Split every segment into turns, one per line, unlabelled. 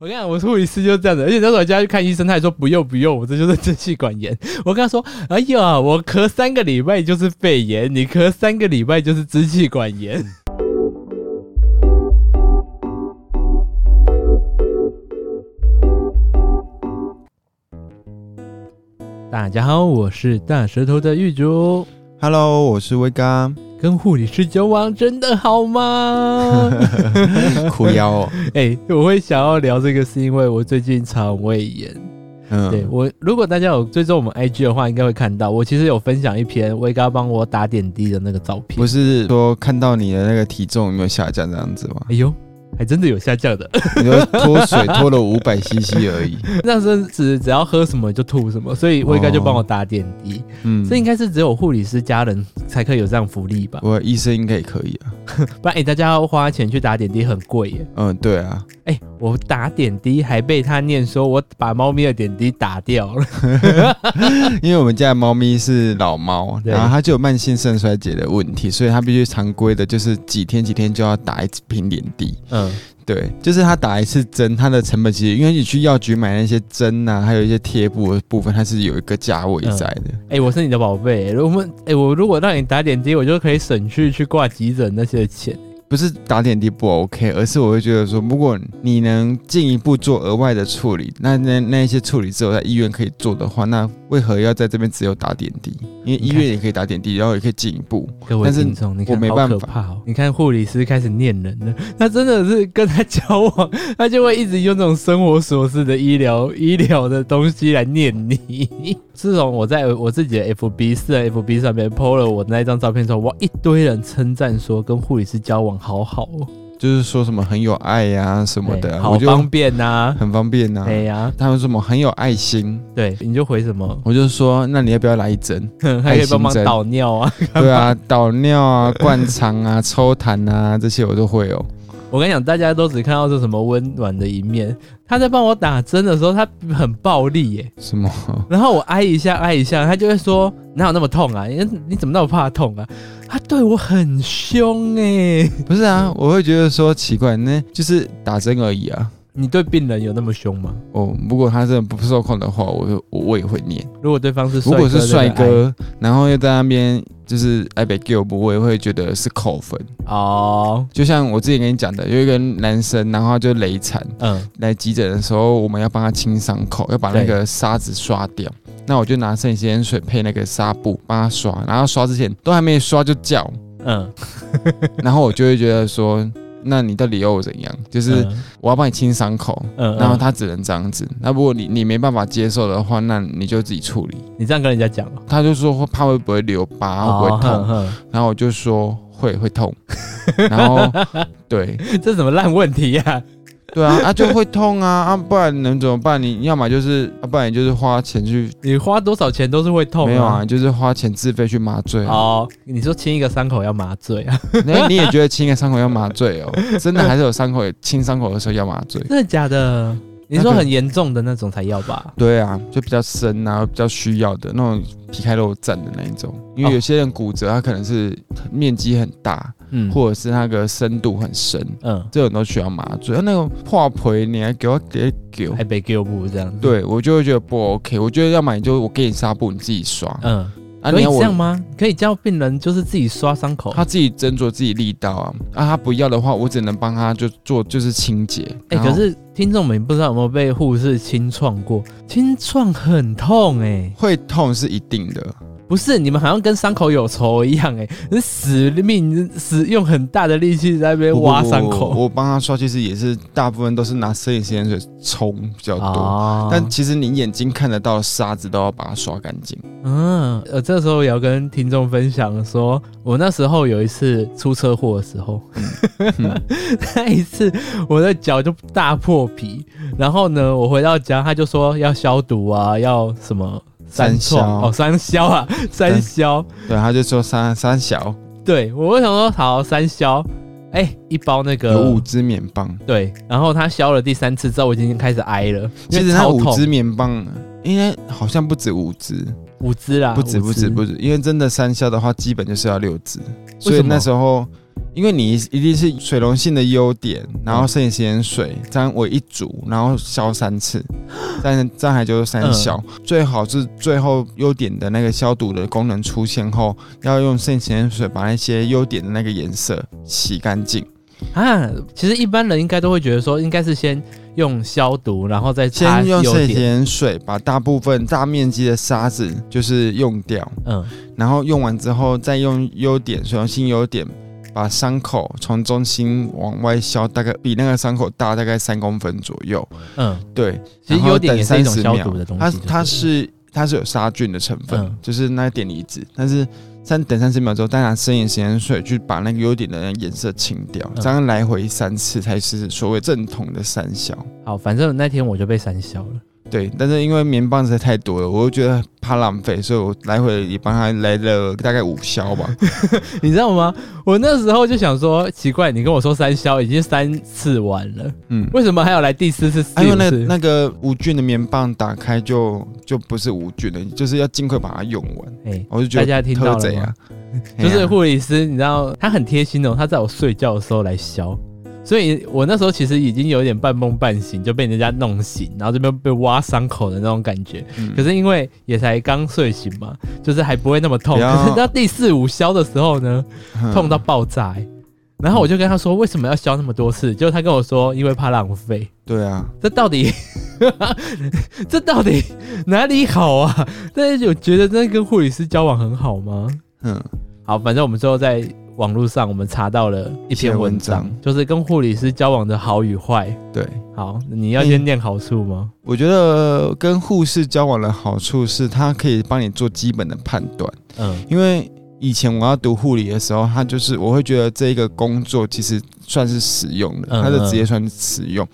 我跟你讲，我护理师就是这样子，而且那时候我叫他去看医生，他还说不用不用，我这就是支气管炎。我跟他说，哎呀，我咳三个礼拜就是肺炎，你咳三个礼拜就是支气管炎。 大家好，我是大舌头的玉竹。
Hello，我是威 刚，
跟护理师交往真的好 吗？
苦腰哦，
哎、我会想要聊这个，是因为我最近肠胃炎。
嗯，
对我，如果大家有追踪我们 IG 的话，应该会看到我其实有分享一篇威哥帮我打点滴的那个照片。？
不是说看到你的那个体重有没有下降这样子吗
哎呦，还真的有下降的。
你就脱水脱了五百 CC 而已，
那时候只只要喝什么就吐什么，所以威哥就帮我打点滴。
嗯，
这应该是只有护理师家人才可以有这样福利吧？
我医生应该也可以啊，
不然哎、大家要花钱去打点滴很贵耶。
嗯，对啊，
哎、我打点滴还被他念说我把猫咪的点滴打掉了。
因为我们家的猫咪是老猫，
对
然后它就有慢性肾衰竭的问题，所以它必须常规的，就是几天几天就要打一瓶点滴，
嗯，
对，就是它打一次针，它的成本其实因为你去药局买那些针呐、啊，还有一些贴布的部分，它是有一个价位在的，
哎、我是你的宝贝、我们哎、我如果让你打点滴，我就可以省去去挂急诊那些钱。
不是打点滴不 OK，而是我会觉得说，如果你能进一步做额外的处理，那那那一些处理只有在医院可以做的话，那为何要在这边只有打点滴？因为医院也可以打点滴，然后也可以进一步。
各位
但是
听众，你看
我没
好
办
可
法
怕哦！你看护理师开始念人了，他真的是跟他交往，他就会一直用这种生活琐事的医疗医疗的东西来念你。自从我在我自己的 FB 私人 FB 上面 PO 了我那一张照片之后，哇，一堆人称赞说跟护理师交往好好哦，
就是说什么很有爱呀、什么的
哎
啊，
好
我就啊
方便呐、
很方便呐、
哎呀、
他们说什么很有爱心，
对，你就回什么，
我就说那你要不要来 一针？
还可以帮忙
爱心针
倒尿啊。
对啊，导尿啊、灌肠啊、抽痰啊这些我都会哦。
我跟你讲，大家都只看到这什么温暖的一面。他在帮我打针的时候，他很暴力耶、
什么？
然后我挨一下，挨一下，他就会说：“哪有那么痛啊？你你怎么那么怕痛啊？”他对我很凶哎、
不是啊，我会觉得说奇怪，那就是打针而已啊。
你对病人有那么凶吗？
哦，如果他真的不受控的话，我就我我也会念。
如果对方是
如果是帅
对不对
哥，然后又在那边就是爱被 g i l 我也会觉得是扣分。
哦，
就像我之前跟你讲的，有一个男生，然后他就累残
嗯，
来急诊的时候，我们要帮他清伤口，要把那个沙子刷掉。那我就拿生理盐水配那个纱布帮他刷，然后刷之前都还没刷就叫，
嗯，
然后我就会觉得说，那你到底要我怎样？就是
嗯，
我要帮你清伤口，
嗯，
然后他只能这样子。那如果你你没办法接受的话，那你就自己处理。
嗯，你这样跟人家讲哦，
他就说会怕会不会留疤，会不会
哦
痛？
哼
然后我就说会会痛。 然后对
哼 这什么烂问题呀、
对啊，啊就会痛啊 啊，不然能怎么办？你要么就是，啊、不然你就是花钱去，
你花多少钱都是会痛、
没有啊，？就是花钱自费去麻醉、啊。
哦，你说亲一个伤口要麻醉啊？
那你也觉得清个伤口要麻醉哦？真的还是有伤口清伤口的时候要麻醉？
真的假的？你说
那个
很严重的那种才要吧？
对啊，就比较深啊，比较需要的那种皮开肉绽的那一种。因为有些人骨折，他可能是面积很大，
嗯，
或者是那个深度很深，
嗯，
这种都需要麻醉。啊那个破皮你还给我给给我
还，被 g i 这样子。，
对我就会觉得不 OK。我觉得要么你就我给你纱布，你自己刷。
嗯，
啊，
可
你
以
要
这样
我
吗？可以叫病人就是自己刷伤口。
他自己斟酌自己力道啊。啊，他不要的话，我只能帮他就做就是清洁。
哎、
然后
可是听众们不知道有没有被护士清创过？清创很痛哎、
会痛是一定的，
不是你们好像跟伤口有仇一样哎、你死命死用很大的力气在那边挖伤
不不不
口。
我帮他刷，其实也是大部分都是拿生理盐水冲比较多。
哦
但其实你眼睛看得到的沙子都要把它刷干净。
嗯，呃，这时候也要跟听众分享说，我那时候有一次出车祸的时候，
嗯
那一次我的脚就大破皮，然后呢，我回到家他就说要消毒啊，要什么
三消
创哦，三消 啊，三消，
对，他就说三三小
对我为什么说好三消？哎、一包那
有
个
五支棉棒，
对，然后他消了第三次之后，我已经开始挨了，因
其
为
实它
超
五
痛
支棉棒应该好像不止五支，
五支啦，
不止
啊五
不
支
止不止，因为真的三消的话，基本就是要六支，
为
所
什么
以那时候因为你一定是水溶性的优点，然后剩食盐水，这样我一煮，然后消 三次，但这样还就是三消。
嗯
最好是最后优点的那个消毒的功能出现后，要用剩食盐水把那些优点的那个颜色洗干净，
啊，其实一般人应该都会觉得说，应该是先用消毒，然后再擦
先用
优
剩食
点。
盐水把大部分大面积的沙子就是用掉，
嗯，
然后用完之后再用优点水溶性优点。把伤口从中心往外消，大概比那个伤口大大概三公分左右。
嗯，
对，
其实
然后
优点也是一种
等30
消
秒
毒的东西
它
就对了。
它是它是有杀菌的成分，
嗯
就是那碘离子，但是三等三十秒之后，再拿生盐食盐水去把那个优点的那个颜色清掉，
嗯
这样来回三次才是所谓正统的三消。
好，反正那天我就被三消了。
对，但是因为棉棒实在太多了，我又觉得怕浪费，所以我来回也帮他来了大概五消 吧。
你知道吗？我那时候就想说，奇怪，你跟我说三消已经三次完了，
嗯，
为什么还要来第四次、四
还啊有那
次？
那个无菌的棉棒打开就就不是无菌的，就是要尽快把它用完。
哎、
我就
大
觉得
家听到
偷
了
贼
吗
啊？
就
哎
是
呀
护理师，你知道他很贴心哦，他在我睡觉的时候来消，所以我那时候其实已经有点半梦半醒，就被人家弄醒，然后这边被挖伤口的那种感觉。
嗯
可是因为也才刚睡醒嘛，就是还不会那么痛。
不要
可是到第四五消的时候呢，
嗯
痛到爆炸、欸然后我就跟他说，为什么要消那么多次？结果他跟我说，因为怕浪费。
对啊，
这到底， 这到底哪里好啊？但是我觉得那跟护理师交往很好吗？
嗯，
好，反正我们最后在网络上我们查到了一篇文章，
一篇文章
就是跟护理师交往的好与坏。
对，
好，你要先念好处吗？
我觉得跟护士交往的好处是，他可以帮你做基本的判断。
嗯
因为以前我要读护理的时候，他就是我会觉得这个工作其实算是实用的，
嗯
他的职业算是实用。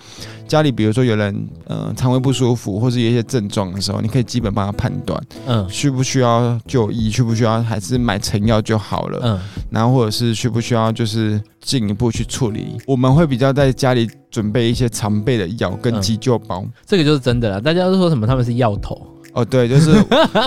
家里比如说有人呃肠胃不舒服，或是有一些症状的时候，你可以基本帮他判断
嗯
需不需要就医，需不需要还是买成药就好了。
嗯
然后或者是需不需要就是进一步去处理，我们会比较在家里准备一些常备的药跟
嗯
急救包。
这个就是真的啦。大家都说什么他们是药头，
哦，对，就是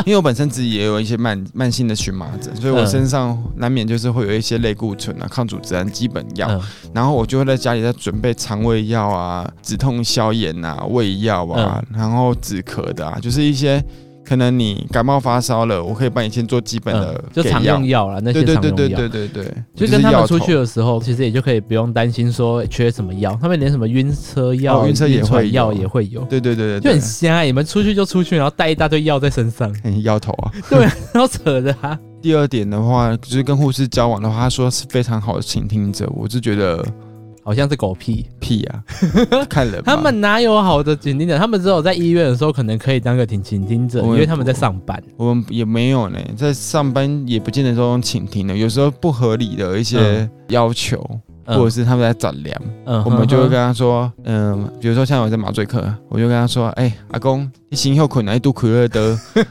因为我本 身自己也有一些慢慢性的荨麻疹，所以我
嗯
身上难免就是会有一些类固醇啊、抗组织胺基本药，
嗯
然后我就会在家里在准备肠胃药啊、止痛消炎啊、胃药啊，
嗯
然后止咳的啊，就是一些可能你感冒发烧了，我可以帮你先做基本的
嗯，就
给
常
药
用。药啦，那
对
些
对
常
对对
用药。
对对对，
就跟他们
是药
出
头
去的时候，其实也就可以不用担心说缺什么药，他们连什么晕车药、
哦晕车也
船
会有
药也会有，
对对对对，
就
对
很瞎、欸。你们出去就出去，然后带一大堆药在身上，
很摇头啊。
对啊，然后扯的啊。
第二点的话，就是跟护士交往的话，他说是非常好的倾听者，我是觉得
好像是狗屁，
屁 啊，看人吧
他们哪有好的倾听者？他们只有在医院的时候可能可以当个倾倾听者，
我
因
也
为他们在上班。
我们也没有呢，在上班也不见得都用倾听的，有时候不合理的一些要求，
嗯
或者是他们在转粮，
嗯
我们就会跟
哼
他说，嗯、比如说像我在麻醉科，我就跟他说，哎、阿公，你心后困难，度苦 乐得，
哼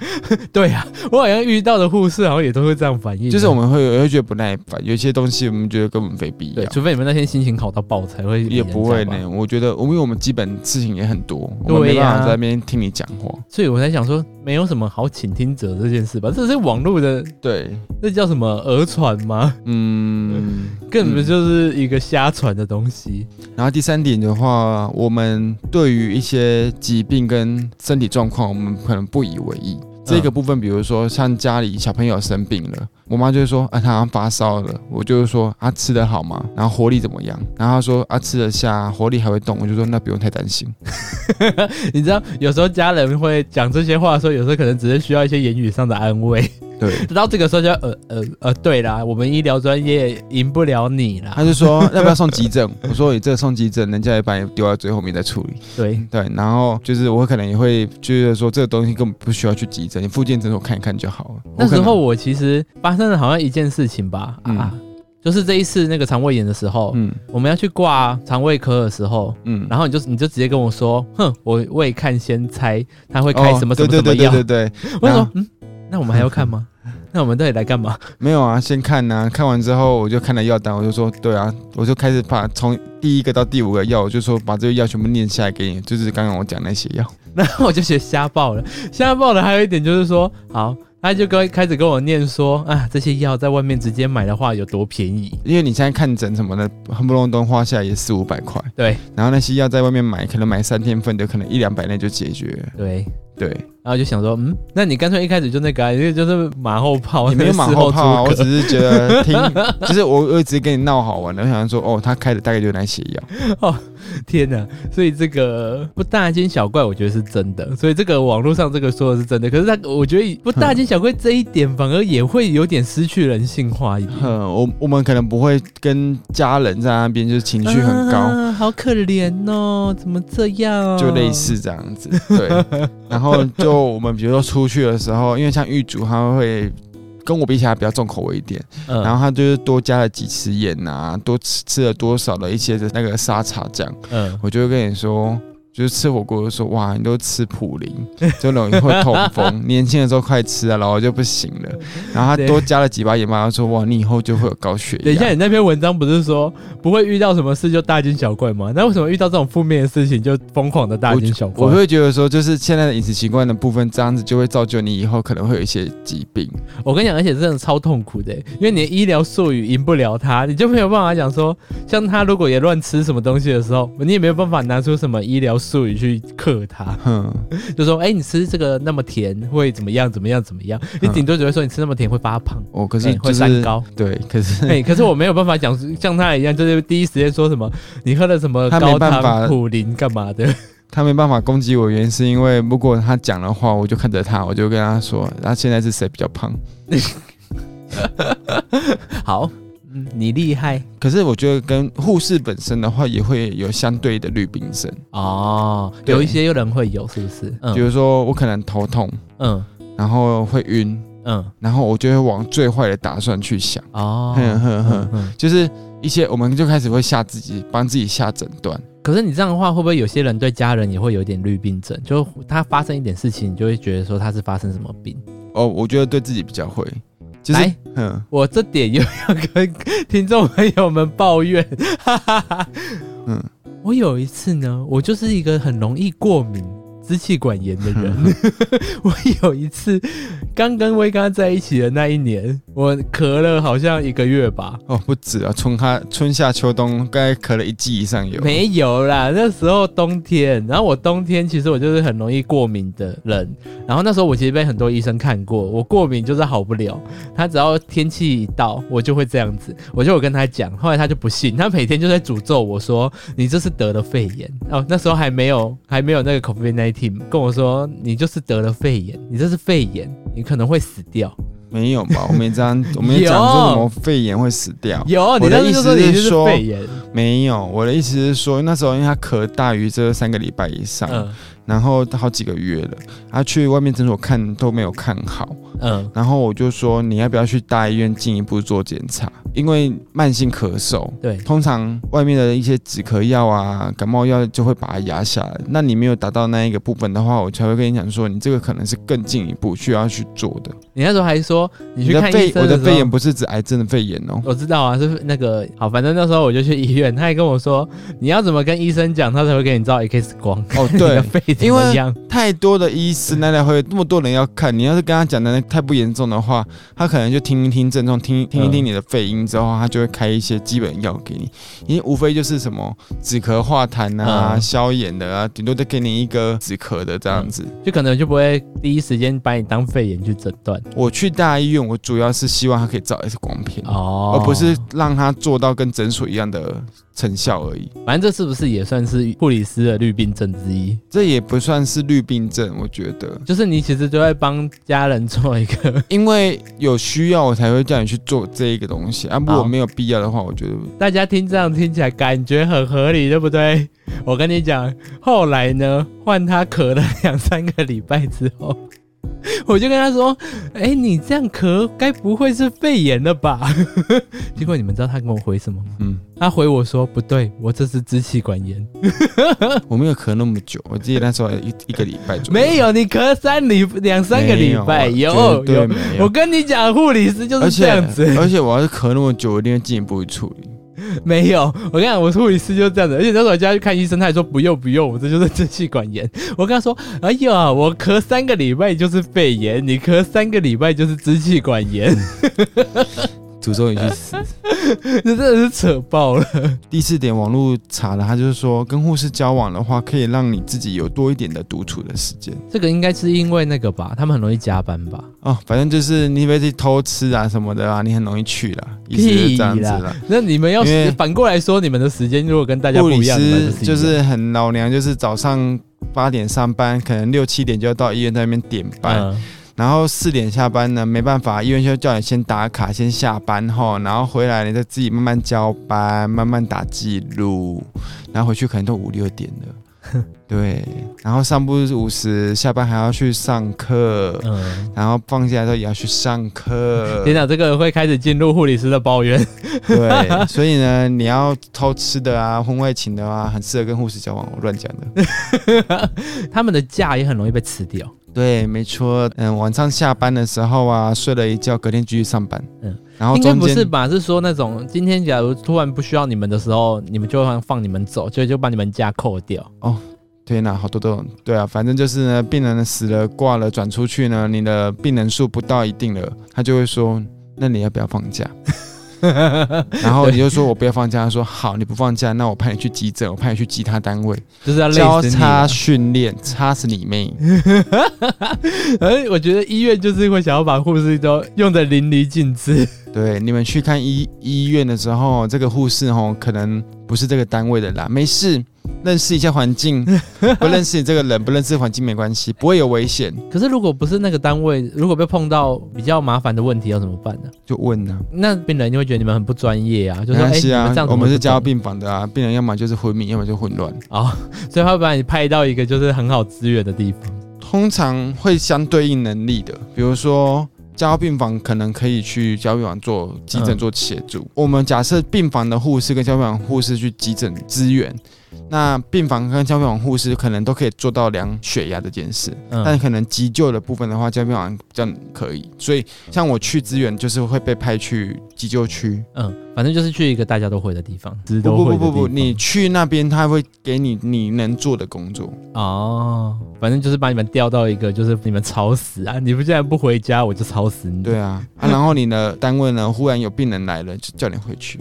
对啊，我好像遇到的护士好像也都会这样反应啊，
就是我们会会觉得不耐烦，有一些东西我们觉得根本非必
对，
要。
除非你们那天心情好到爆才会
也不会
那样。
呢，我觉得，因为我们基本事情也很多，我们
对
没
呀
办法在那边听你讲话。
所以我才想说，没有什么好倾听者这件事吧，这是网络的，
对，
那叫什么讹传吗？
嗯，
根本就是一个瞎传的东西。
然后第三点的话，我们对于一些疾病跟身体状况，我们可能不以为意。这
嗯
个部分，比如说像家里小朋友生病了，我妈就会说啊，他好像发烧了，我就会说啊，吃得好吗？然后活力怎么样？然后她说啊，吃得下，活力还会动，我就说那不用太担心。嗯
你知道，有时候家人会讲这些话的时候，有时候可能只是需要一些言语上的安慰。
对，
到这个时候就呃呃呃，对啦，我们医疗专业赢不了你啦。
她就 说要不要送急诊？我说你这个送急诊，人家也把你丢到最后面再处理。
对，
对，然后就是我可能也会觉得说这个东西根本不需要去急诊，你附近诊所看一看就好了。
那
我可
时
能
候我其实发生了好像一件事情吧，啊，就是这一次那个肠胃炎的时候，
嗯
我们要去挂肠胃科的时候。
嗯，
然后你就你就直接跟我说，哼，我未看先猜他会开什么什么什
哦、
么
对对
药，
对对对啊
我想
然
说
后，
嗯，那我们还要看 吗？那我们到底来干嘛？
对，没有啊，先看呐、看完之后我就看了药单，我就说对啊，我就开始把从第一个到第五个药，我就说把这个药全部念下来给你，就是刚刚我讲那些药。
然后我就觉得瞎爆了，瞎爆了。还有一点就是说，好，他就跟开始跟我念说啊，这些药在外面直接买的话有多便宜。
因为你现在看诊什么的，恨不隆咚花下来也四五百块，
对
然后那些药在外面买，可能买三天份的，可能一两百内就解决了。
对，
对，
然后就想说，嗯，那你干脆一开始就那个、啊，因为就是马后炮，
也没有马后炮啊，
哦事
我
诸葛
只是觉得听， 就是我我只是跟你闹好玩的，我想说哦，他开的大概就那些 药。
天哪！所以这个不大惊小怪，我觉得是真的。所以这个网络上这个说的是真的，可是他我觉得不大惊小怪这一点反而也会有点失去人性化一点，
哼，我我们可能不会跟家人在那边就是情绪 很高，
啊好可怜哦，怎么这样？
就类，似这样子。 对，然后就我们比如说出去的时候，因为像玉竹他会。跟我比起来比较重口味一点，
嗯
然后他就是多加了几匙盐啊，多吃吃了多少的一些的那个沙茶酱，
嗯，
我就会跟你说，就是吃火锅就说哇，你都吃普林，就容易会痛 风。年轻的时候快吃啊，老了就不行了。然后他
对
多加了几把盐巴，他说哇，你以后就会有高血压。
等一下，你那篇文章不是说不会遇到什么事就大惊小怪吗？那为什么遇到这种负面的事情就疯狂的大惊小怪？
我会觉得说，就是现在的饮食习惯的部分，这样子就会造就你以后可能会有一些疾病。
我跟你讲，而且真的超痛苦的，欸因为你的医疗术语赢不了他，你就没有办法讲说，像他如果也乱吃什么东西的时候，你也没有办法拿出什么医疗术语去克他，
哼，
就说，哎、你吃这个那么甜会怎么样，怎么样，怎么样？你顶多只会说你吃那么甜会发胖，
哦，可
哎
是
会
就
三
是
高。
对，可
哎、
是
可是我没有办法讲像他一样，就是第一时间说什么你喝了什么
他没
高
办法
糖普林干嘛的，
他没办法攻击我，原因是因为如果他讲的话，我就看着他，我就跟他说，他现在是谁比较胖？
好，嗯你厉害
可是我觉得跟护士本身的话，也会有相对的绿病症。
哦，
对
有一些人会有，是不是？
比
嗯
如说我可能头痛，
嗯
然后会晕，
嗯，
然后我就会往最坏的打算去想，
哦，
哼哼
嗯
哼，
嗯。
就是一些我们就开始会吓自己，帮自己下诊断。
可是你这样的话，会不会有些人对家人也会有点绿病症？就他发生一点事情，你就会觉得说他是发生什么病？
哦，我觉得对自己比较会，就是
来，
嗯，
我这点又要跟听众朋友们抱怨，哈哈哈。嗯
嗯，
我有一次呢，我就是一个很容易过敏、支气管炎的人。
嗯
我有一次刚跟威刚在一起的那一年，我咳了好像一个月吧，
哦，不止啊，春哈春夏秋冬，该咳了一季以上有。
没有啦，那时候冬天，然后我冬天其实我就是很容易过敏的人，然后那时候我其实被很多医生看过，我过敏就是好不了，他只要天气一到，我就会这样子，我就有跟他讲，后来他就不信，他每天就在诅咒我说你这是得了肺炎哦，那时候还没有还没有那个 COVID 1 9跟我说你就是得了肺炎，你这是肺炎，你可能会死掉。
没有吧？我们这样，我 们也讲说什么肺炎会死掉？
有，你
我的
当时
意
就
思
说你
是
就是
说
肺炎，
没有，我的意思是说，那时候因为他咳大于这三个礼拜以上，
嗯
然后好几个月了，他去外面诊所看都没有看好，
嗯
然后我就说你要不要去大医院进一步做检查？因为慢性咳嗽，
对
通常外面的一些止咳药啊、感冒药就会把它压下来。那你没有达到那一个部分的话，我才会跟你讲说，你这个可能是更进一步需要去做的。
你那时候还说你去
的
看医
肺，
生
我的
时
肺
候
炎不是指癌症的肺炎哦。
我知道啊，是那个好，反正那时候我就去医院，他 还跟我说你要怎么跟医生讲，他才会给你照 X 光，
哦，
你
对
的，肺怎么样？
太多的医师那来回那么多人要看，你要是跟他讲的那太不严重的话，他可能就听一听症状，听
嗯
听一听你的肺音之后，他就会开一些基本药给你，因为无非就是什么止咳化痰啊、
嗯
消炎的啊，顶多再给你一个止咳的这样子。
就可能就不会第一时间把你当肺炎去诊断
我去大医院，我主要是希望他可以照 X 光片。
哦
而不是，让他做到跟诊所一样的成效而已，
反正这是不是也算是护理师的绿病症之一？
这也不算是绿病症，我觉得。
就是你其实就在帮家人做一个，
因为有需要我才会叫你去做这一个东西啊。如
好
果没有必要的话，我觉得
大家听这样听起来感觉很合理，对不对？我跟你讲，后来呢，换他咳了两三个礼拜之后。 我就跟他说：“哎、你这样咳，该不会是肺炎了吧？” 结果你们知道他跟我回什么吗？
嗯，
他回我说：“不对，我这是支气管炎，
我没有咳那么久，我记得那时候一一个礼拜左右，
没有你咳三礼两三个礼拜，
没有
有
绝对
有。
没
我
有。
跟你讲，护理师就
而
是这
且
样子。
而且我要是咳那么久，我一定会进一步去处理。
没有，我跟你讲，我护理师就是这样子，而且那时候我叫他去看医生，他还说不用不用，我这就是支气管炎。 我跟他说，哎呀，我咳三个礼拜就是肺炎，你咳三个礼拜就是支气管炎，
诅咒你去死。
这真的是扯爆了。
第四点，网络查了，他就是说，跟护士交往的话，可以让你自己有多一点的独处的时间
这个应该是因为那个吧，他们很容易加班吧？
哦。反正就是你会去偷吃啊什么的啊，你很容易去啦，意思就是这样子啦。
那你们要
因为
反过来说，你们的时间如果跟大家
护
不
理
一样，你
师
们
就
一样
是很老娘，就是早上八点上班，可能六七点就要到医院在那边点班，
嗯
然后四点下班呢，没办法，医院就叫你先打卡，先下班后，然后回来你再自己慢慢交班，慢慢打记录，然后回去可能都五六点了。 对，然后上不五十，下班还要去上课，
嗯，
然后放下来之后也要去上 课。
店长这个会开始进入护理师的抱怨。
对，所以呢，你要偷吃的啊，婚外情的啊，很适合跟护士交往。我乱讲的。
他们的假也很容易被吃掉。
对，没错。嗯，晚上下班的时候啊，睡了一觉，隔天继续上班。
嗯
嗯，然后
应该
中
不
间
是吧？是说那种今天假如突然不需要你们的时候，你们就会放你们走，就就把你们假扣掉。
天呐，好多都对啊，反正就是呢，病人死了、挂了、转出去呢，你的病人数不到一定了，他就会说，那你要不要放假？ 然后你就说我不要放假，他说好，你不放假，那我派你去急诊，我派你去其他单位
就是要
交
累死你
叉
了。
训练，插死你妹！
而哎我觉得医院就是会想要把护士都用的淋漓尽 致。
对，你们去看医医院的时候，这个护士哦，可能不是这个单位的啦，没事，认识一下 环境，不认识你这个人，不认识环境没关系，不会有危险，
可是如果不是那个单位，如果被碰到比较麻烦的问题，要怎么办呢？
就问啊。
那病人就会觉得你们很不专业啊，就
没
说哎、
关系
你
啊
们这样，
我
怎么
们是加
教
到病房的啊，病人要么就是昏迷，要么就混乱。
哦， 所以他会把你派到一个就是很好资源的地方。
通常会相对应能力的，比如说加到病房可能可以去加病房做急诊
嗯
做协助。我们假设病房的护士跟加病房护士去急诊支援，那病房跟加病房护士可能都可以做到量血压这件事，但
嗯，
可能急救的部分的话，加病房比较可以。所以像我去支援，就是会被派去急救区。
嗯，反正就是去一个大家都会的地方，知
不
都
不
会的
不不不，
地方
你去那边他会给你你能做的工作。
哦，反正就是把你们调到一个，就是你们吵死啊！你不既然不回家，我就吵死你。
对，啊，啊，然后你的单位呢，忽然有病人来了，就叫你回去。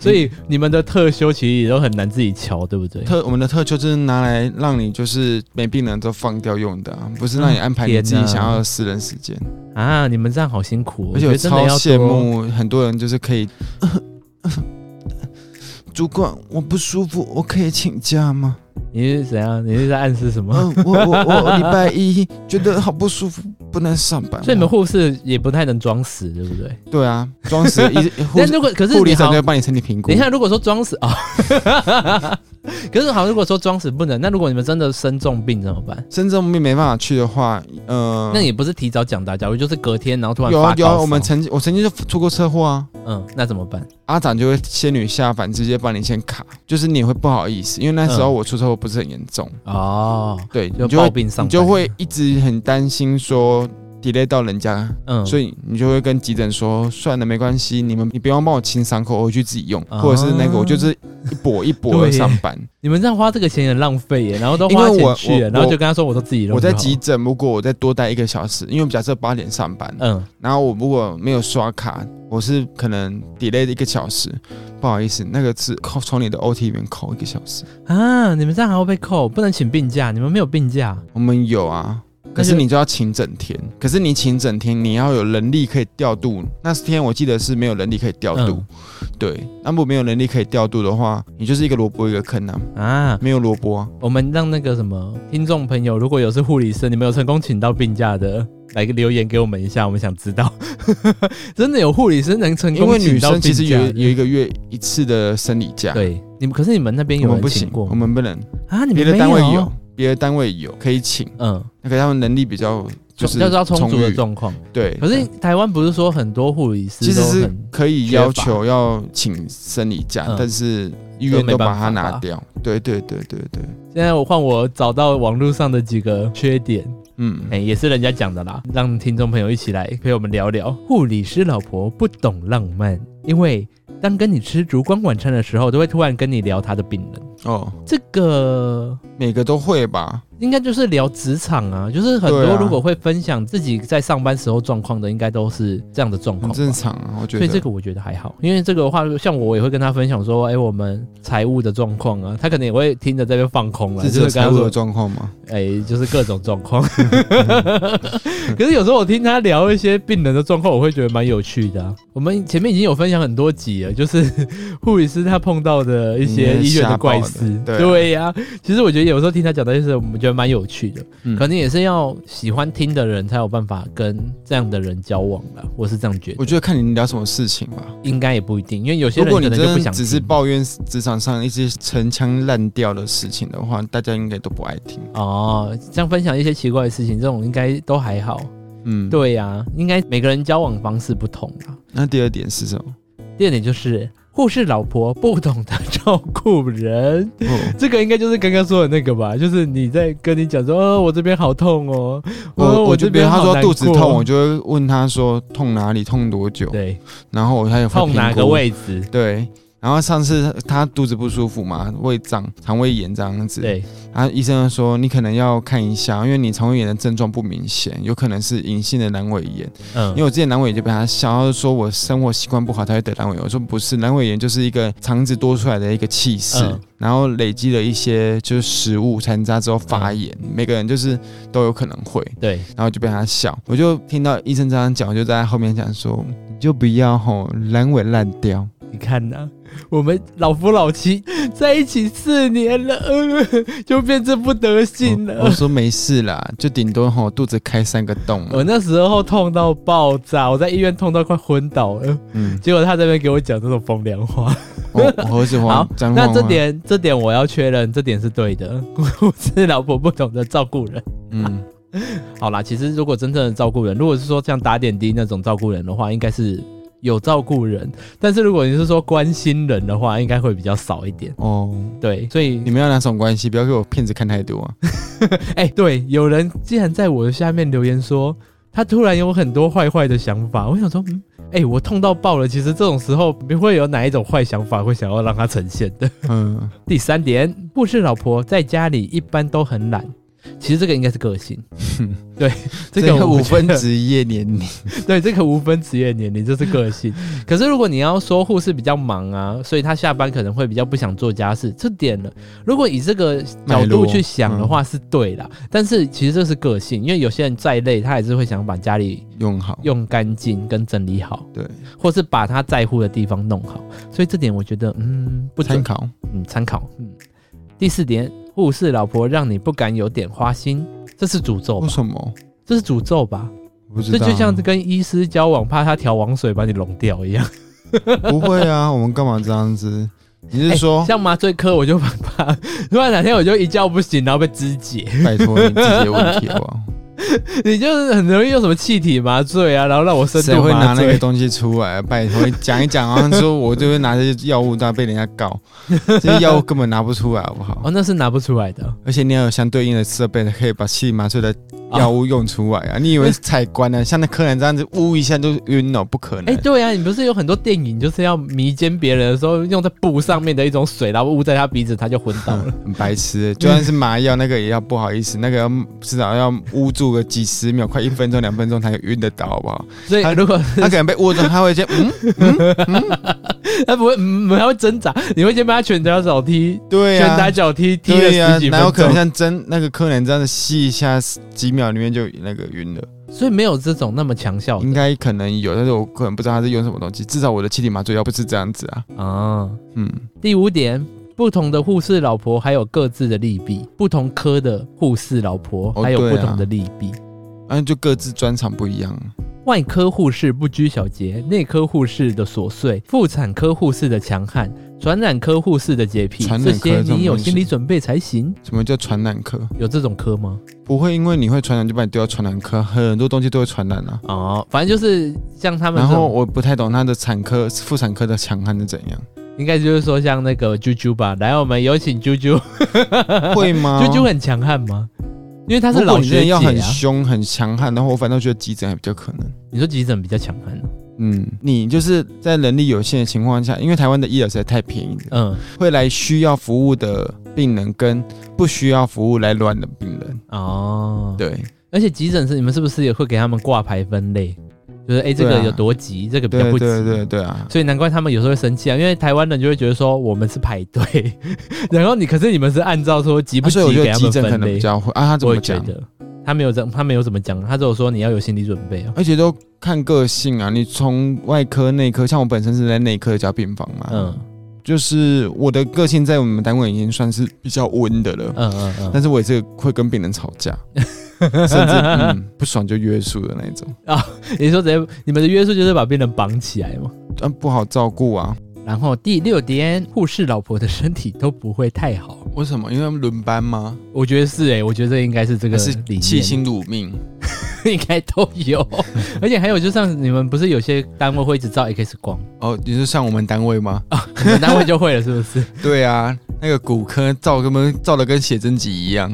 所以你们的特休其实也都很难自己瞧，对不对？
特我们的特休就是拿来让你就是没病人都放掉用的、啊，不是让你安排你
天
自己
哪
想要的私人时间。
啊，你们这样好辛苦哦，
而且
我
我
觉得真的
超
要
羡
多。
慕很多人就是可以，呃主管我不舒服，我可以请 假吗？
你是怎样？你是在暗示什么？
嗯、我我我礼拜一觉得好不舒服，不能上班。
所以你们护士也不太能装死，对不对？
对啊，装死 一护
但如果可是
护理
你
长
好
就会，帮你身体评估。
等一下，如果说装死 啊，可是好，像如果说装死不能，那如果你们真的生重病怎么办？
深圳病没办法去的话，呃，
那也不是提早讲的，假如就是隔天，然后突然
有啊
发
有啊，
高
我们
烧
曾经我曾经就出过车祸啊。
嗯，那怎么办？
阿展就会仙女下凡，直接帮你先卡，就是你会不好意思，因为那时候
嗯
我出车祸不是很严重，
哦，
对，
就
你就
抱
会
病上
你
班
就会一直很担心说 delay 到人家，
嗯，
所以你就会跟急诊说算了，没关系，你们你不用帮我清伤口，我回去自己用，
啊
或者是那个我就是一跛一跛
对
的
耶
上 班。
你们这样花这个钱也很浪费耶，然后都
因为
花
我
钱去了，
我
然后就跟他说我都自己弄。
我在急，诊，如果我再多待一个小时，因为假设八点上班，
嗯，
然后我如果没有刷卡，我是可能 delay 一个小时，不好意思，那个是扣从你的 OT 里面扣一个小时。
啊，你们这样还会被扣，不能请病假，你们没有病假，
我们有啊，可是你就要请整天，可是你请整天，你要有能力可以调度。那天我记得是没有能力可以调度，
嗯
对。那如果没有能力可以调度的话，你就是一个萝卜一个坑啊，
啊。
没有萝卜、啊。
我们让那个什么听众朋友，如果有是护理师，你们有成功请到病假的，来个留言给我们一下，我们想知道， 真的有护理师能成
因
功
为
请
女
到
生
病
其实
假
有
的？
有一个月一次的生理假，，
对，你们可是你们那边
我
有
们
人
不
请
行，
过
我们不能，
啊？你们
别的
没
单位
有
有，，别的单位有可以请，
嗯，
那个他们能力比较就是
要知道充足的
裕
状况。
对，
可是台湾不是说很多护理师
其实
都
是
很
可以要求要请生理假
嗯，
但是医
都
院
没
都把
办法
它拿
吧
掉。对对对对对，
现在我换我找到网络上的几个缺点，
嗯，
哎、也是人家讲的啦，让听众朋友一起来陪我们聊聊。护理师老婆不懂浪漫，因为当跟你吃烛光晚餐的时候，都会突然跟你聊他的病人。
哦，
这个
每个都会吧？
应该就是聊职场啊，就是很
对
多
啊
如果会分享自己在上班时候状况的，应该都是这样的状况
很
吧。
正常啊，我觉
所以
得。
这个我觉得还好，因为这个的话，像我也会跟他分享说，哎、我们财务的状况啊，他可能也会听着这边放空了，啊
这
就是
有
是跟他
财务
说
的，状况吗？
哎、就是各种状况。 可是有时候我听他聊一些病人的状况，我会觉得蛮有趣的啊、我们前面已经有分享很多集了，就是 护理师他碰到的一些
嗯
医院
吓
的怪
爆的
事，
对啊
对呀、其实我觉得有时候听他讲到一些事，我们觉得蛮有趣的。
嗯
可能也是要喜欢听的人才有办法跟这样的人交往了，我是这样觉得
我。觉得看你聊什么事情吧。
应该也不一定，因为有些
如
人
果
可
你
能就不
真的
想
只是
听
抱怨职场上一些陈腔滥调的事情的话，大家应该都不爱听。
哦，像分享一些奇怪的事情，这种应该都还好。
嗯，。
对呀、应该每个人交往方式不同啊。
那第二点是什么？
第二点就是护士老婆不懂得照顾人，
哦
这个应该就是刚刚说的那个吧，就是你在跟你讲说，呃，我这边好痛哦，呃
我我
这
就比
边
如他
好
说
难
肚子
过
痛，我，就会问他说痛哪里，痛多久，
对，
然后我他也会
痛哪
评
个
估？
位置，
对。然后上次他他肚子不舒服嘛，胃胀、肠胃炎这样子。。
对，
啊，医生就说你可能要看一下，因为你肠胃炎的症状不明显，有可能是隐性的阑尾炎。因为
嗯，
我之前阑尾炎就被他笑，他就说我生活习惯不好才会得阑尾炎。我说不是，阑尾炎就是一个肠子多出来的一个气室，
嗯
然后累积了一些就是食物残渣之后发炎，
嗯
每个人就是都有可能会，
对，
然后就被他笑。我就听到医生这样讲，我就在后面讲说，你就不要吼阑尾烂掉。
你看呐、我们老夫老妻在一起四年了， 呃、就变这副德行
我
了
我。说没事啦，就顶多吼肚子开三个洞。
我那时候痛到爆炸，我在医院痛到快昏倒了。
嗯，
结果他这边给我讲这种风凉话，
我我 何止
好
黄，张
那
黄
这
啊，
点这点我要确认，这点是对的。我是老婆不懂得照顾人。
嗯，
好啦，其实如果真正的照顾人，如果是说像打点滴那种照顾人的话，应该是有照顾人。但是如果你是说关心人的话，应该会比较少一点。
哦，
对，所以
你们要哪种关系？不要给我骗子看太多啊。
哎、对，有人竟然在我的下面留言说，他突然有很多坏坏的想法。我想说，嗯，哎、我痛到爆了。其实这种时候，不会有哪一种坏想法会想要让他呈现的。
嗯，
第三点，护士老婆在家里一般都很懒。其实这个应该是个 性，对，这个
五
我觉
分
得
职业年龄，
对，这个无分职业年龄，这是个 性。可是如果你要说护士比较忙啊，所以他下班可能会比较不想做家事，这点了。如果以这个角
脉
度
络嗯
去想的话，是对啦。但是其实这是个性，因为有些人再累，他还是会想把家里
用好。
用干净跟整理好，
对，
或是把他在乎的地方弄好。所以这点我觉得，嗯，不
参
准，
考。
嗯，参考，嗯。第四点，护士老婆让你不敢有点花心，这是诅咒吧
为？什么？
这是诅咒吧？
我嗯不知
这
道。
就像跟医师交往，怕他调王水把你溶掉一样。
不会啊，我们干嘛这样子？你是说，
像麻醉科，我就很怕，突然哪天我就一觉不醒，然后被肢 解。
拜托你自己的问题好不好？
你就是很容易用什么气体麻醉啊，然后让我 深
谁
度
会
麻
拿那个
醉。
东西出来？拜托，你讲一讲啊！说我就会拿这些药物，但被人家 告，这些药物根本拿不出来，好不好
哦，？那是拿不出来的。
而且你要有相对应的设备，可以把心理麻醉的药物用出来啊！你以为是采光呢？像那柯南这样子，呜一下就晕了，不可
哎、
能。
对啊，你不是有很多电影就是要迷奸别人的时候，用在布上面的一种水，然后捂在他鼻子，他就昏倒了。
很白痴欸，就算是麻药，那个也要不好意思，那个要至少要捂住个几十秒，快一分钟、两分钟才晕得到，好不好？
所以
他
如果
他可能被握住，他会先嗯，
他不会，嗯，他会挣扎，你会先被他拳打脚踢，
对
拳
呀、
打
啊，
脚踢踢了
对呀、
十几
哪有
分
可能
钟。
像真那个柯南这样子吸一下，几秒里面就那个晕了？
所以没有这种那么强效的
应该可能有，但是我可能不知道他是用什么东西。至少我的气体麻醉药不是这样子啊，
啊。
嗯，
第五点，不同的护士老婆还有各自的利弊，不同科的护士老婆
哦
还有
对
不
啊
同的利弊。
那啊就各自专长不一样。
外科护士不拘小节，内科护士的琐碎，妇产科护士的强悍，传染科护士的洁癖，
传
这
染科
些
这种
你有
东西
心理准备才行。
什么叫传染科？
有这种科吗？
不会因为你会传染就把你丢到传染科，很多东西都会传染啊。
哦，反正就是像他们
然
这
后
种，
我不太懂他的产科、妇产科的强悍是怎 样，
应该就是说像那个啾啾吧。来，我们有请啾啾，
会吗？
啾啾很强悍吗？因为他是
如果
老
你
学
真的
姐
要
啊。
很凶、很强悍的话，我反倒觉得急诊还比较可能。
你说急诊比较强悍、啊，
嗯，你就是在能力有限的情况下，因为台湾的医疗实在太便宜了，
嗯
会来需要服务的病人跟不需要服务来乱的病人。
哦，
对，
而且急诊室你们是不是也会给他们挂牌分类？就是哎、诶这
对
个
啊
有多急，这个比较
对
不急。
对对对啊，
所以难怪他们有时候会生气啊，因为台湾人就会觉得说我们是排队， 然后你可是你们是按照说急不
啊所以我
急
觉
给
得
他
急
们
诊可
分
能
类
比。较会啊，他怎
我
么
也觉
讲？
得他没有怎他没有怎么讲，他只有说你要有心理准备啊。
而且都看个性啊，你从外科、内科，像我本身是在内科加病房嘛，
嗯
就是我的个性在我们单位已经算是比较温的了，
嗯嗯嗯
但是我也是会跟病人吵架， 甚至、嗯、不爽就约束的那种，
你说直接你们的约束就是把病人绑起来嘛。
啊，不好照顾啊。
然后第六点，护士老婆的身体都不会太好。
为什么？因为他们轮班吗？
我觉得是哎、我觉得这应该是这个
还是
理
弃
念，
心辱命？
应该都 有。而且还有，就像你们不是有些单位会一直照 X 光，
哦，你是上我们单位吗？
你们单位就会了，是不是？
对啊，那个骨科照根本照的跟写真集一样，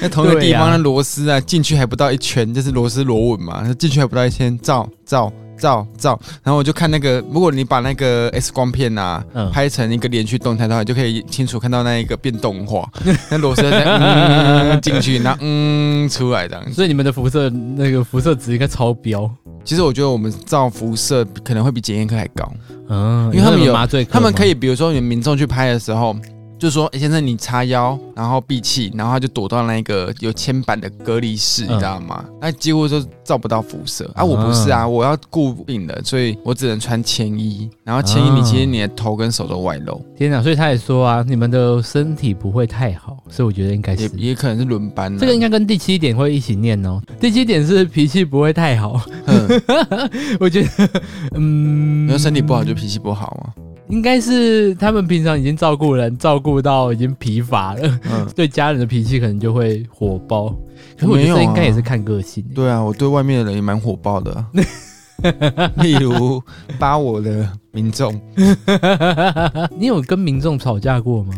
那同一个地
对
方
啊
的螺丝啊，进去还不到一圈，就是螺丝螺纹嘛，进去还不到一圈，照照照照，然后我就看那个，如果你把那个 X 光片啊。
嗯，
拍成一个连续动态的话，你就可以清楚看到那一个变动画，那螺丝在嗯进去，然后嗯出来这样子。
所以你们的辐射那个辐射值应该超标。
其实我觉得我们照辐射可能会比检验科还高。
嗯，
因为他们有
你麻醉科吗，
他们可以，比如说你们民众去拍的时候，就说：“哎、先生，你叉腰，然后闭气，然后他就躲到那个有铅板的隔离室，你知道吗？
嗯
那几乎都照不到辐射啊！我不是啊，我要顾病人，所以我只能穿铅衣。然后铅衣，你
啊
其实你的头跟手都外露，
天哪！所以他也说啊，你们的身体不会太好，所以我觉得应该
也
是
也可能是轮班、啊。
这个应该跟第七点会一起念哦。第七点是脾气不会太好，
嗯，
我觉得，嗯，
你说身体不好就脾气不好啊嘛。
应该是他们平常已经照顾人，照顾到已经疲乏了，
嗯，
对家人的脾气可能就会火爆。可是我觉
没
得
有啊
这应该也是看个性、
对啊，我对外面的人也蛮火爆的啊、例如扒我的民众。
你有跟民众吵架过吗？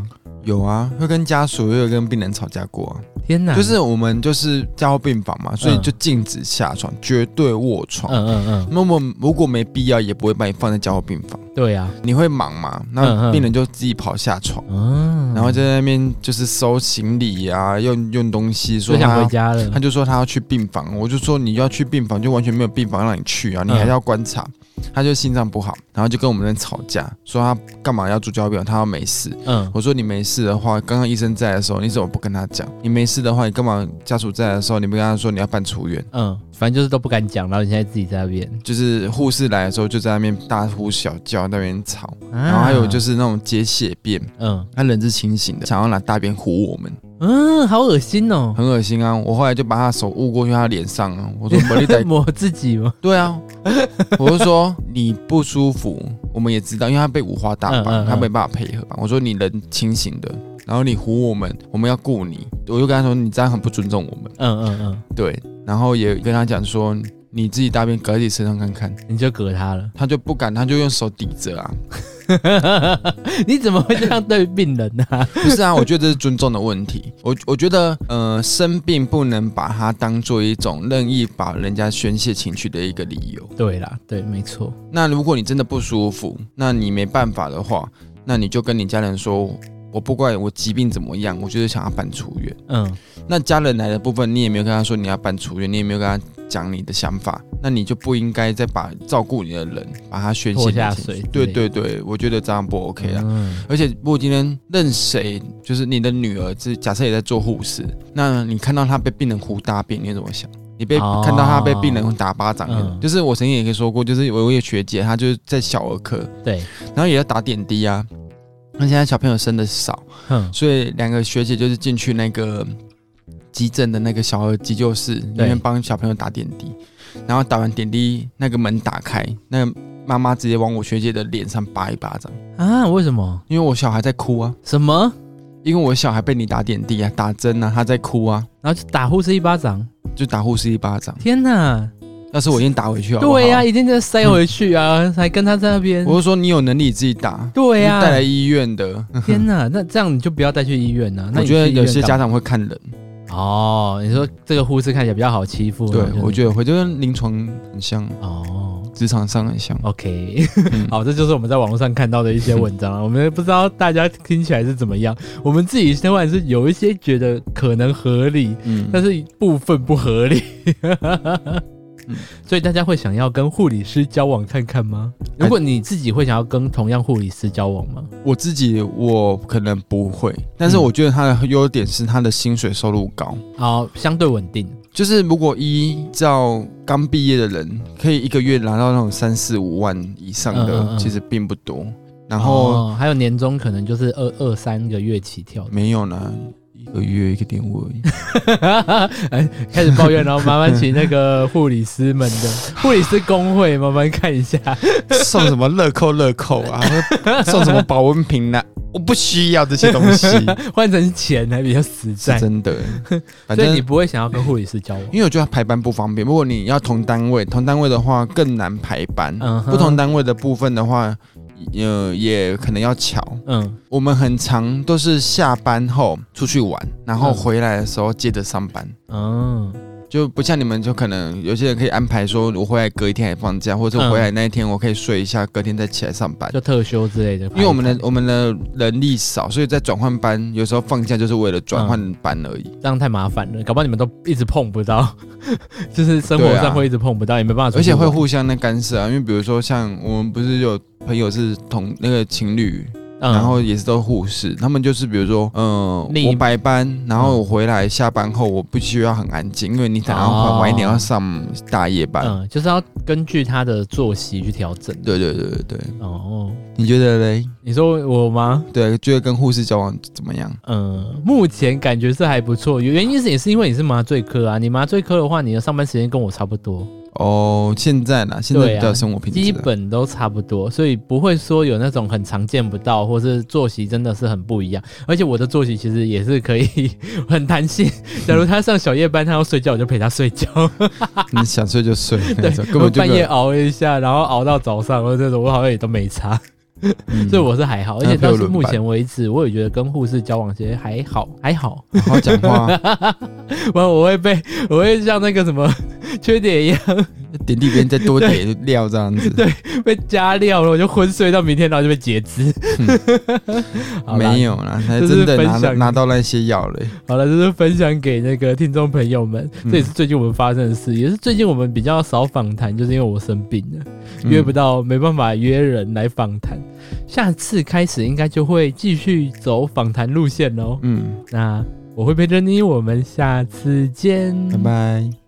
有啊，会跟家属，也有跟病人吵架过啊。
天哪！
就是我们就是加护病房嘛，所以就禁止下床，绝对卧
嗯，
床。
嗯嗯
那么如果没必要，也不会把你放在加护病房。
嗯，对啊，
你会忙嘛？
嗯
那
嗯
病人就自己跑下床，
嗯，
然后就在那边就是收行李啊，用用东西，说
就想
他
回。家了
他。就说他要去病房，我就说你要去病房，就完全没有病房让你去啊，你
嗯
还是要观察。他就心脏不好，然后就跟我们人吵架，说他干嘛要住加护病房，他要没事。
嗯，
我说你没事的话，刚刚医生在的时候，你怎么不跟他讲？你没事的话，你干嘛家属在的时候，你不跟他说你要办出院？
嗯，反正就是都不敢讲，然后你现在自己在那边。
就是护士来的时候就在那边大呼小叫，在那边吵，
然
然后还有就，是那种解血便，
嗯
他人是清醒的，想要拿大便糊我们，
嗯，好恶心哦，
很恶心啊！我后来就把他手捂过去他脸上啊，我说不 你得，
抹自己吗？
对啊，我就说你不舒服，我们也知道，因为他被五花大
嗯
绑，
嗯嗯
他没办法配合。我说你人清醒的，然后你糊我们，我们要顾你，我就跟他说你这样很不尊重我们。
嗯嗯
对，然后也跟他讲说，你自己大便隔自己身上看看，
嗯，你就隔他了。
他就不敢，他就用手抵着啊。
你怎么会这样对病人呢、 啊？
不是啊，我觉得这是尊重的问题。我我觉得，呃，生病不能把它当做一种任意把人家宣泄情绪的一个理由。
对啦，对，没错。
那如果你真的不舒服，那你没办法的话，那你就跟你家人说。我不管我疾病怎么样，我就是想要办出院。
嗯
那家人来的部分，你也没有跟他说你要办出院，你也没有跟他讲你的想法，那你就不应该再把照顾你的人把他宣泄
拖
你的
下
情绪
水之
对
类
对对，我觉得这样不 OK 啊。
嗯
而且，如果今天任谁，就是你的女儿，是假设也在做护士，那你看到她被病人胡大便，你会怎么想？你被、
哦
看到她被病人打巴掌，
嗯
就是我曾经也可以说过，就是我有一个学姐，她就是在小儿科，
对，
然后也要打点滴啊。那现在小朋友生的少，
哼，
所以两个学姐就是进去那个急诊的那个小儿急救室里
对
面帮小朋友打点滴，然后打完点滴，那个门打开，那个妈妈直接往我学姐的脸上扒一巴掌，
啊，为什么？
因为我小孩在哭啊。
什么？
因为我小孩被你打点滴啊，打针啊，他在哭啊，
然后就打护士一巴掌，
就打护士一巴掌。
天哪！
要是我先打回去好啊不好
对呀、啊一定在塞回去啊， 还跟他在那边。
我就说你有能力自己打，
对啊呀、
你带来医院的。
天哪！那这样你就不要带去医院啊。那
我
你
觉得
去医院
有些
干
家
嘛
长会看人，
哦，你说这个护士看起来比较好欺负，
对
然后就
我觉得会就跟临床很像。
哦，
职场上 很像。
OK，、
嗯
好，这就是我们在网络上看到的一些文章啊了。我们不知道大家听起来是怎么样，我们自己听完是有一些觉得可能合理，
嗯，
但是部分不合理。嗯 所以大家会想要跟护理师交往看看吗？如果你自己会想要跟同样护理师交往吗？
我自己我可能不会，但是
嗯
我觉得他的优点是他的薪水收入高。
好，相对稳定。
就是如果依照刚毕业的人，可以一个月拿到那种三四五万以上的，
嗯嗯嗯
其实并不多。然后、
哦还有年终可能就是二二三个月起跳的。
没有呢，一个月一个点五而已。
哎，开始抱怨，然后麻烦请那个护理师们的护理师工会麻烦看一下。
送什么乐扣乐扣啊，送什么保温瓶呢、我不需要这些东 西，
换成钱还比较实
是
在，
真的。反
所以
正
你不会想要跟护理师交往。
因为我觉得排班不方便，如果你要同单位，同单位的话更难排班。
嗯哼
不同单位的部分的话，呃，也可能要巧。
嗯，
我们很常都是下班后出去玩，然后
嗯
回来的时候接着上班。
嗯，
就不像你们，就可能有些人可以安排说，我回来隔一天还放假，或者
嗯
回来那一天我可以睡一下，隔天再起来上班。
就特休之类的。
因为我们的我们的人力少，所以在转换班，有时候放假就是为了转换班而已。
这样太麻烦了，搞不好你们都一直碰不到， 就是生活
对啊
上会一直碰不到，也没办法出
啊而
去
且
玩。
会互相的干涉啊，因为比如说像我们不是有朋友是同那个情侣，
嗯，
然后也是都护士，他们就是比如说，嗯、
另一
我白班，然后我回来下班后我必须要很安静，因为你等下晚
哦
晚一点要上大夜班。
嗯，就是要根据他的作息去调整。
对对对对对，
哦，
你觉得嘞？
你说我吗？
对，觉得跟护士交往怎么样？
嗯，目前感觉是还不错，原因是也是因为你是麻醉科啊，你麻醉科的话，你的上班时间跟我差不多，
哦，现在呢，现在
对啊
比较生活品质
基
了，
本都差不多，所以不会说有那种很常见不到，或是作息真的是很不一样。而且我的作息其实也是可以 很弹
嗯
性，假如他上小夜班，他要睡觉，我就陪他睡觉，
你想睡就 睡，那种 根
我
本就
半
没
夜
有。
熬一下，然后熬到早上，或者这种我好像也都没差，
嗯
所以我是还好。而且
那陪我
到是
轮
目
班
前为止，我也觉得跟护士交往其实还好，还好。
嗯好好讲话，
不然我会被，我会像那个什么 缺点一样
点地边再多点料这样子。
对被加料了，我就昏睡到明天，然后就被截肢。好啦
没，有啦，他
这是
真的
分
拿到
享
拿到那些药了。
好了，这是分享给那个听众朋友们，
嗯
这也是最近我们发生的事，也是最近我们比较少访谈，就是因为我生病了，约不
到，
到，没办法约人来访谈。下次开始应该就会继续走访谈路线喽。哦
嗯，
那我会陪着你，我们下次见，
拜拜。